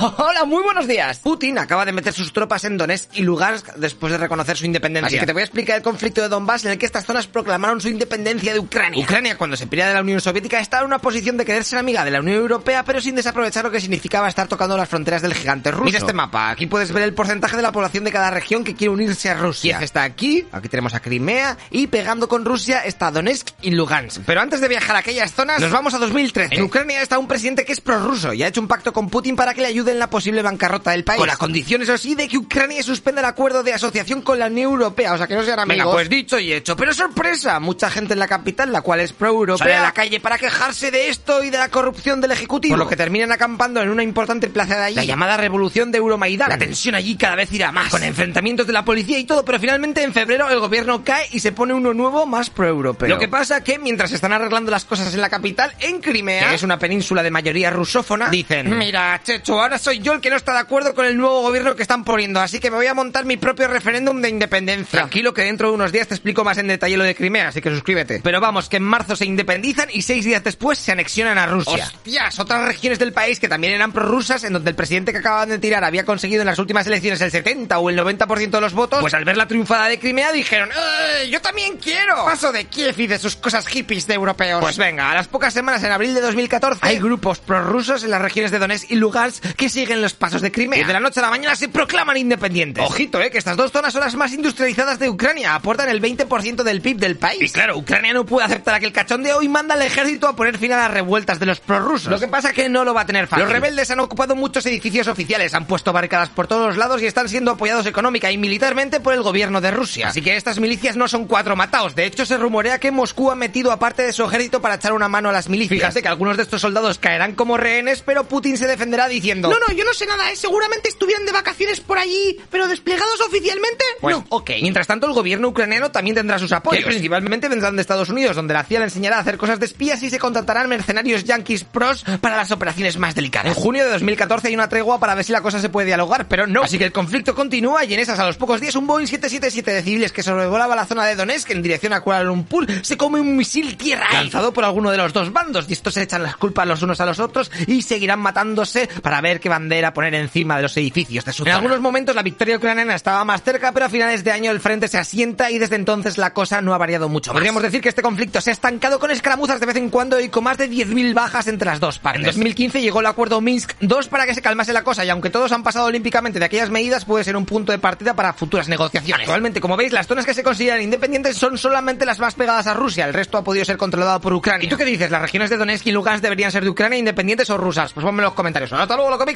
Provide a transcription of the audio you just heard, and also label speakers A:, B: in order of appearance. A: Hola, muy buenos días.
B: Putin acaba de meter sus tropas en Donetsk y Lugansk después de reconocer su independencia. Así que te voy a explicar el conflicto de Donbass en el que estas zonas proclamaron su independencia de Ucrania. Ucrania, cuando se pierde de la Unión Soviética, estaba en una posición de querer ser amiga de la Unión Europea, pero sin desaprovechar lo que significaba estar tocando las fronteras del gigante ruso. Mira este mapa. Aquí puedes ver el porcentaje de la población de cada región que quiere unirse a Rusia. Kiev este está aquí, aquí tenemos a Crimea y pegando con Rusia está Donetsk y Lugansk. Pero antes de viajar a aquellas zonas, nos vamos a 2013. En Ucrania está un presidente que es prorruso y ha hecho un pacto con Putin para que le ayude en la posible bancarrota del país. Con la condición, eso sí, de que Ucrania suspenda el acuerdo de asociación con la Unión Europea, o sea que no sean amigos.
A: Venga, pues
B: dicho y hecho. Pero sorpresa, mucha gente en la capital, la cual es pro-europea, sale a la calle para quejarse de esto y de la corrupción del Ejecutivo. Por lo que terminan acampando en una importante plaza de allí, la llamada Revolución de Euromaidán. La tensión allí cada vez irá más, con enfrentamientos de la policía y todo, pero finalmente en febrero el gobierno cae y se pone uno nuevo más pro-europeo. Lo que pasa que mientras están arreglando las cosas en la capital, en Crimea, que es una península de mayoría rusófona, dicen, mira, Checho, ahora soy yo el que no está de acuerdo con el nuevo gobierno que están poniendo, así que me voy a montar mi propio referéndum de independencia. Tranquilo que dentro de unos días te explico más en detalle lo de Crimea, así que suscríbete. Pero vamos, que en marzo se independizan y seis días después se anexionan a Rusia. Hostias, otras regiones del país que también eran prorrusas, en donde el presidente que acababan de tirar había conseguido en las últimas elecciones el 70 o el 90% de los votos, pues al ver la triunfada de Crimea dijeron, "Eh, yo también quiero. Paso de Kiev y de sus cosas hippies de europeos. Pues venga, a las pocas semanas, en abril de 2014, hay grupos prorrusos en las regiones de Donetsk y Lugansk que siguen los pasos de Crimea. Y de la noche a la mañana se proclaman independientes. Ojito, eh, que estas dos zonas son las más industrializadas de Ucrania, aportan el 20% del PIB del país. Y claro, Ucrania no puede aceptar aquel cachondeo y manda al ejército a poner fin a las revueltas de los prorrusos. Lo que pasa que no lo va a tener fácil. Los rebeldes han ocupado muchos edificios oficiales, han puesto barricadas por todos los lados y están siendo apoyados económica y militarmente por el gobierno de Rusia. Así que estas milicias no son cuatro mataos. De hecho, se rumorea que Moscú ha metido a parte de su ejército para echar una mano a las milicias. Fíjate que algunos de estos soldados caerán como rehenes, pero Putin se defenderá diciendo...
C: No, no, yo no sé nada, ¿eh? Seguramente estuvieran de vacaciones por allí, pero desplegados oficialmente,
B: Pues,
C: no.
B: ok. Mientras tanto, el gobierno ucraniano también tendrá sus apoyos. Que principalmente vendrán de Estados Unidos, donde la CIA le enseñará a hacer cosas de espías y se contratarán mercenarios yanquis pros para las operaciones más delicadas. En junio de 2014 hay una tregua para ver si la cosa se puede dialogar, pero no. Así que el conflicto continúa y en esas, a los pocos días, un Boeing 777 de civiles que sobrevolaba la zona de Donetsk en dirección a Kuala Lumpur se come un misil tierra lanzado por alguno de los dos bandos y estos se echan las culpas los unos a los otros y seguirán matándose para ver qué bandera poner encima de los edificios de su En algunos momentos la victoria ucraniana estaba más cerca, pero a finales de año el frente se asienta y desde entonces la cosa no ha variado mucho. más. Podríamos decir que este conflicto se ha estancado con escaramuzas de vez en cuando y con más de 10.000 bajas entre las dos partes. En 2015 llegó el acuerdo Minsk II para que se calmase la cosa y aunque todos han pasado olímpicamente de aquellas medidas, puede ser un punto de partida para futuras negociaciones. Actualmente, como veis, las zonas que se consideran independientes son solamente las más pegadas a Rusia, el resto ha podido ser controlado por Ucrania. ¿Y tú qué dices? ¿Las regiones de Donetsk y Lugansk deberían ser de Ucrania independientes o rusas? Pues ponme en los comentarios. Hasta luego, lo que